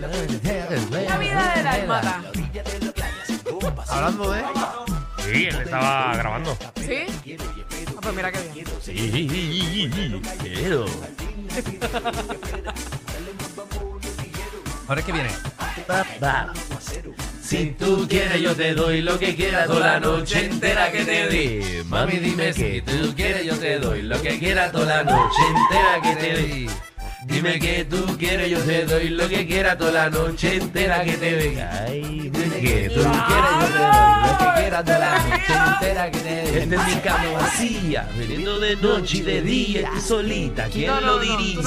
La vida de Dalmata. Hablando de. Sí, él estaba grabando. ¿Sí? Ah, pues mira qué bien. Ahora es que viene. Si tú quieres yo te doy lo que quieras toda la noche entera que te di. Mami dime que tú quieres yo te doy lo que quieras toda la noche entera que te di. Dime que tú quieres yo te doy lo que quieras toda la noche entera que te di. Ay, dime que tú quieres yo te doy lo que quieras toda la noche entera que te di. Esta es mi cama vacía, veniendo de noche y de día, tú solita, ¿quién No, no, lo no, tú diría?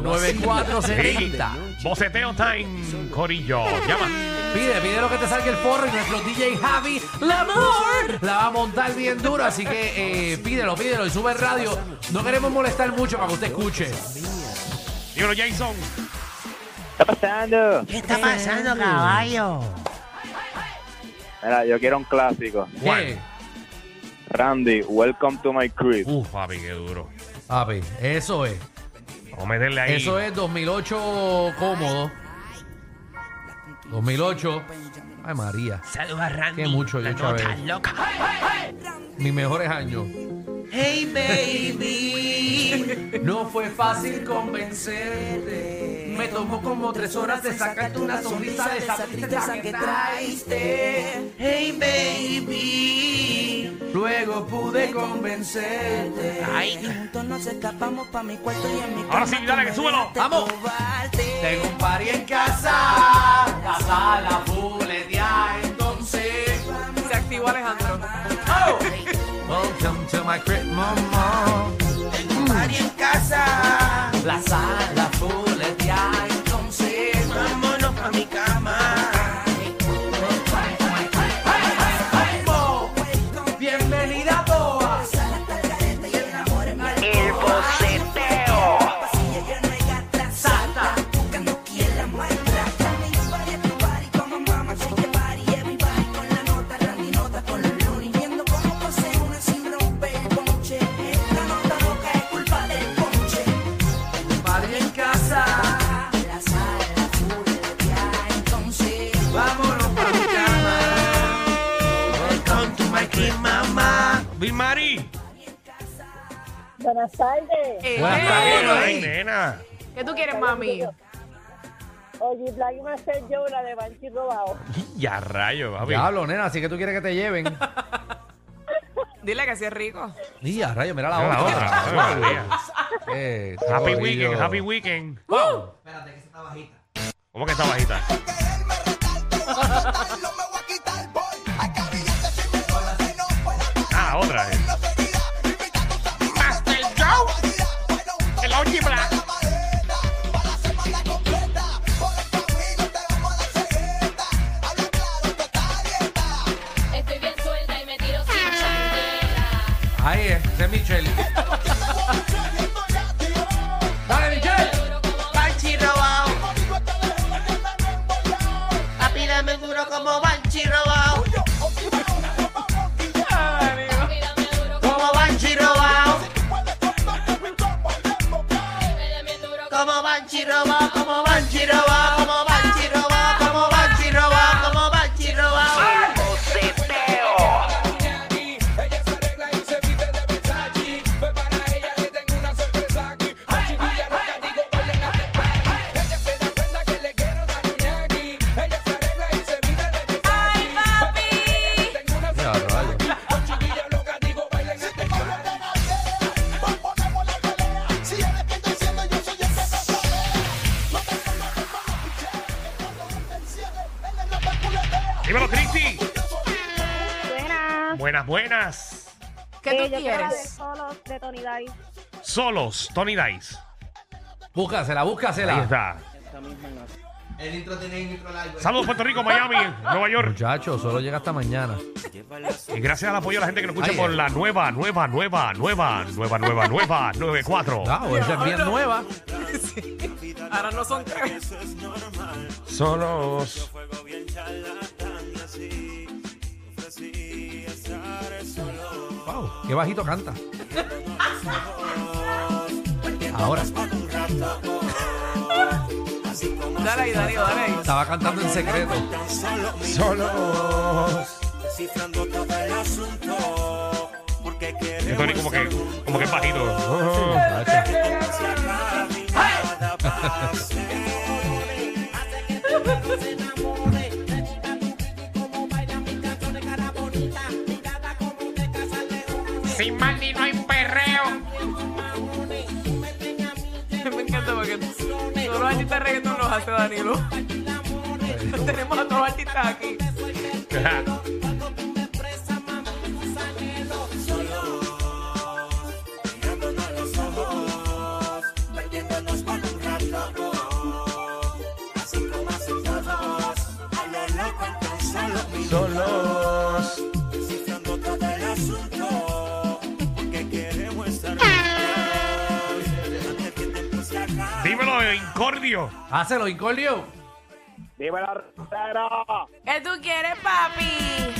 no. 622-9470. Boceteo time, Corillo. Llama. Pide, pide lo que te salga el forro y nuestro DJ Javi Lamor la va a montar bien duro, así que eh, pídelo, pídelo y sube el radio. No queremos molestar mucho para que usted escuche. Dímelo, Jason. está pasando? ¿Qué está pasando, caballo? Mira, yo quiero un clásico. ¿Qué? Randy, welcome to my crib. Uf, papi, qué duro. Papi, eso es. Vamos a meterle ahí. Eso es 2008 cómodo. 2008. Ay, María. Saludos a Randy. Qué mucho yo, La Chabelo. nota loca. Mis mejores años. Hey, baby. No fue fácil convencerte. Me tomó como tres horas de sacarte una sonrisa de esa tristeza que traiste. Hey, baby. Luego pude convencerte. Ay, Ahora sí, dale, que súbelo. ¡Vamos! Tengo un party en casa. La sala fuletea, entonces. Se activó Alejandro. Welcome to my crib, mamá. Tengo un party en casa. La sala full es ya, entonces vámonos pa' mi cama. Bienvenida a todas. el boceteo. Salta. Party en casa. Vámonos pa' mi cama. Welcome to my crib, mamá. Bill Mari. Buenas tardes. Eh, Buenas eh, tardes. Ay, nena. ¿Qué tú quieres, mami? Oye, Black me hace yo la de Banshee robado. Ya rayo, papi. Diablo, nena, así que tú quieres que te lleven. Dile que sí es rico. y a rayo, mira la Mira otra. la otra. Ay, María. Eh, Happy corillo. weekend, happy weekend. Uh. Wow. ¿Cómo que está bajita? Ah, otra. eh. Master Joe. El Oji Black. Ahí es, ese es Michelle. Dale, Michelle. Banshee robado. Papi, dame duro como Banshee robado. Como Banshee robado. Como Banshee robado, como Banshee robado, como Banshee robado, como Banshee robado, como Banshee robado. Boceteo. Buenas, buenas. ¿Qué Eh, tú yo quiero la de quieres? Solos de Tony Dice. Solos, Tony Dice. Búscasela, búscasela. Ahí está. El intro tiene un intro largo. Saludos Puerto Rico, Miami, Nueva York. Muchachos, solo llega hasta mañana. Y gracias al apoyo de la gente que nos escucha Ahí por es. la nueva, nueva, nueva, nueva, nueva, nueva, nueva, 94. Ah, bueno, esa es bien nueva. Sí. Ahora no son tres. Solos. Wow, qué bajito canta. Ahora, Dale ahí, Darío, dale ahí. estaba cantando en secreto. Solos. Que Tony como que, como que es bajito. Muchachos. Sin Mandy no hay perreo. Me encanta porque todos los artistas de reggaetón los hace Danilo. Tenemos a todos los artistas aquí. Solos. Dímelo, Incordio. Hácelo, Incordio. Dímelo, Rosero. ¿Qué tú quieres, papi?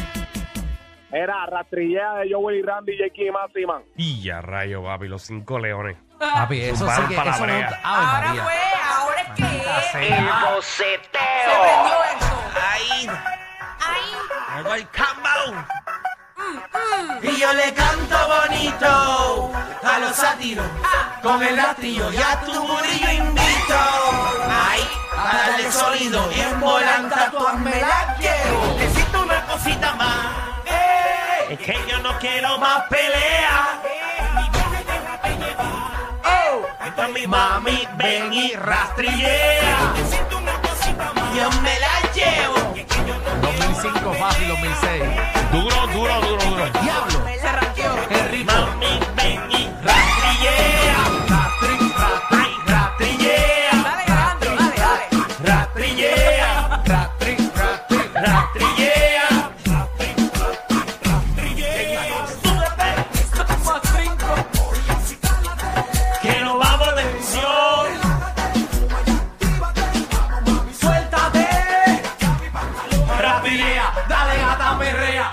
Era rastrillea de Joey Randy y Jackie Massiman. Y ya rayo, papi, los cinco leones. Papi, eso sí Zumbaron que. Eso no, palabrea. Ave Ahora María. fue, ahora es que es. Se El prendió esto. Oh. Ahí, Ay, Llegó el cambao. y yo le canto bonito a los sátiros. Con el rastrillo ya tu murillo invito. Ahí, a darle sólido y en volanta tú hazme la llevo. Necesito una cosita más. eh, Es que yo no quiero más pelea. Oh, entonces mi mami ven y rastrillea. Necesito una cosita más. Yo me la llevo. 2005 fácil, 2006. Duro, duro, duro, duro. Diablo. se ranqueó. Qué rico. Mami, ven y rastrillea. Rastri, rastri, rastrillea. Dale, Alejandro, dale, dale. Rastrillea. Ratri, ratri, ratri. Rastrillea. Esto es más trinco. Que no vamos de misión. Suéltate. Rastrillea. Dale gata perrea.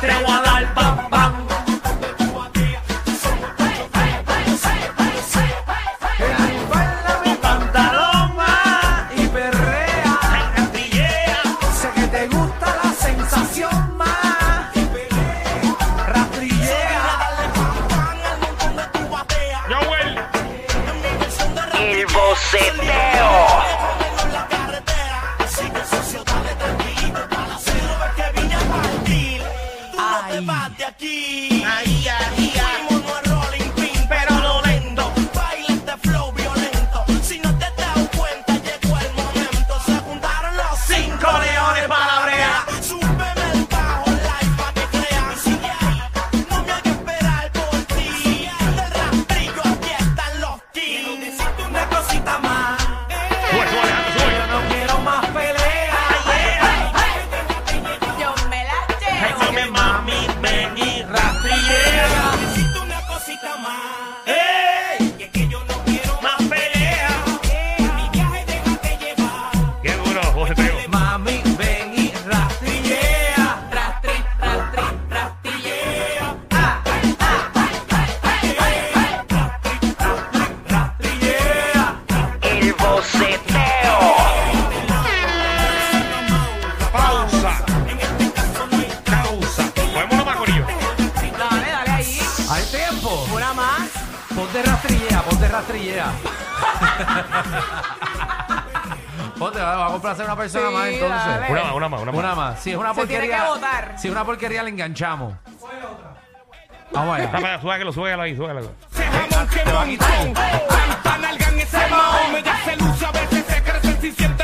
Te voy a dar pam pam. mi pantalón ah, y perrea. Rastrillea. Sé que te gusta la sensación más. Y perrea. Rastrillea. Joel. El boceteo. Ay. Ay, ay, ay. Pero no lento. Cinco leones para brea. Sube, sube, Alejandro, sube. Yo me la Ay, llevo. come, mami, ven y rastrillea. Ey, más pelea. Qué duro, José Teo. Mami, ven y rastrillea. Rastri, rastri, rastrillea. Ah, ah, ah, ah, ah, ah, ah. Rastrillea. El boceteo. Pausa. Pausa. Podemos más, Corillo. Dale, dale ahí. Hay tiempo. Una más. Ponte rastrillea, ponte rastrillea. ponte, va a complacer a una persona Sí, más entonces. dale. Una más, una más, una más. Una más. Si es una Se tiene porquería. que votar. Si es una porquería, le enganchamos. Ah, Vamos allá. Dame, Súbelo, súbelo ahí, súbelo. Te va a quitar. Activa el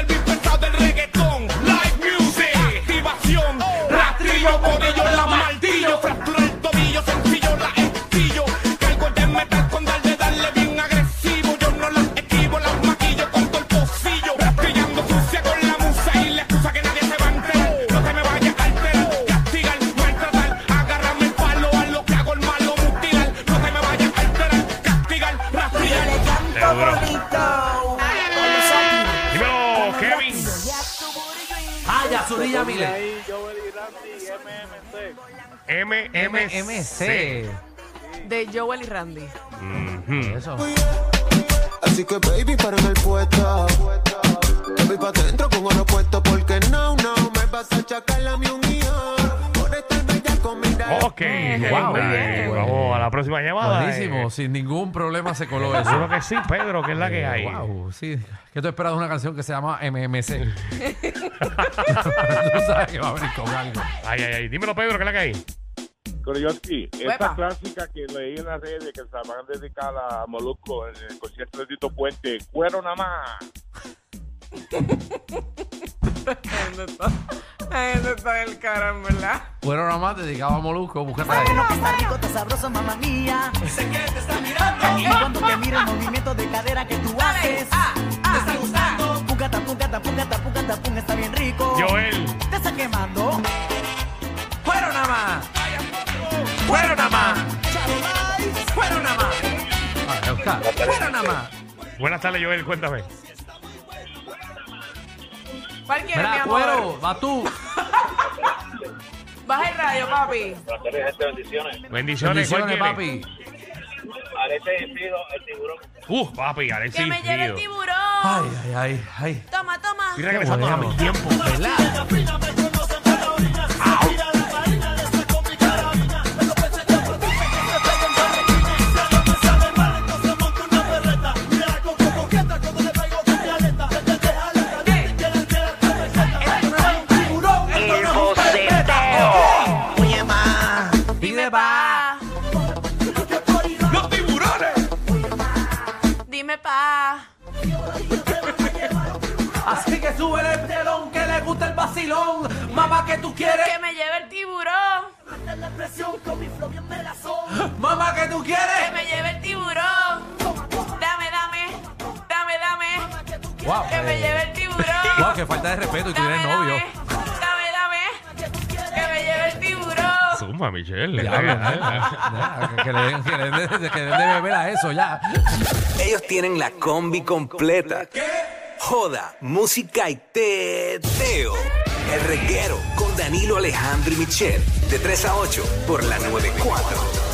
beat pesado del reggaetón. Live music. Activación. Rastri. martillo, yo la martillo, fractura el tobillo, sencillo, la estillo. Cargo de metal con darle, darle bien agresivo. Yo no las esquivo, las maquillo con todo el pocillo. Pillando sucia con la musa y la excusa que nadie se va a enterar. No te me vayas a alterar, castigar, maltratar. Agárrame el palo, a lo que hago el malo, mutilar. No te me vayas a alterar, castigar, rastrillar. Te duro. Dímelo, Kevin. Ah, ya, Zurilla Mile. Ahí, Joel y Randy, MMC. MMC. De Joel y Randy. Eso. Así que baby, para en el puesto. Te voy pa' dentro con oro puesto porque no, no me vas a achacar la mi unión. Por estar bella con mi Ok, Wow. Kevin, eh, vamos a la próxima llamada. Buenísimo, eh. sin ningún problema se coló eso. Yo creo que sí, Pedro, que es la que hay. Wow, sí. Que tú esperas de una canción que se llama MMC. tú sabes que va a venir con algo. Ay, ay, ay. Dímelo, Pedro, que es la que hay. Pero yo aquí, Uepa. esta clásica que leí en las redes que se van a dedicar a Molusco en el concierto de Tito Puente, cuero nada más. Ay, no está, ay, no está del cara, en verdad. Bueno, nada más dedicado a Molusco, búscate ahí. sabroso, mamá mía. Sé que te está mirando. Y cuando te miro el movimiento de cadera que tú haces. ah, te está gustando. Pucata, pucata, pucata, pucata, pum, está bien rico. Joel. Te está quemando. Fueron nada más. Fueron nada más. Fueron nada más. Ah, Oscar. Fueron nada más. Buenas tardes, Joel, cuéntame. ¿Cuál quieres, mi Mira, amor? cuero, va tú. Baja el radio, papi. Buenas tardes, gente, bendiciones. Bendiciones, ¿cuál Bendiciones, quiere? papi. Arete y Fido, el tiburón. Uh, papi, Alexis. Que me lleve el tío. tiburón. Ay, ay, ay, ay. Toma, toma. Estoy regresando a bueno. mi tiempo. ¿Verdad? El boceteo. Oye, ma. Pide pa. ¡Los tiburones! Dime, pa. Así que sube el telón que le gusta el vacilón. Mamá que tú quieres. Que me lleve el tiburón. Mamá que tú Que quieres. me lleve el tiburón. Dame, dame. Dame, dame. Wow. Que me eh, lleve el tiburón. Wow, que falta de respeto y tú Dame, eres novio. dame, Dame, dame. Que me lleve el tiburón. Zumba, Michelle. Ya, ¿eh? ya, ya, que le den- que le den de- que le den de beber a eso ya. Ellos tienen la combi completa. Joda, música y teo. El reguero con Danilo Alejandro y Michel. De 3 a 8 por la 94.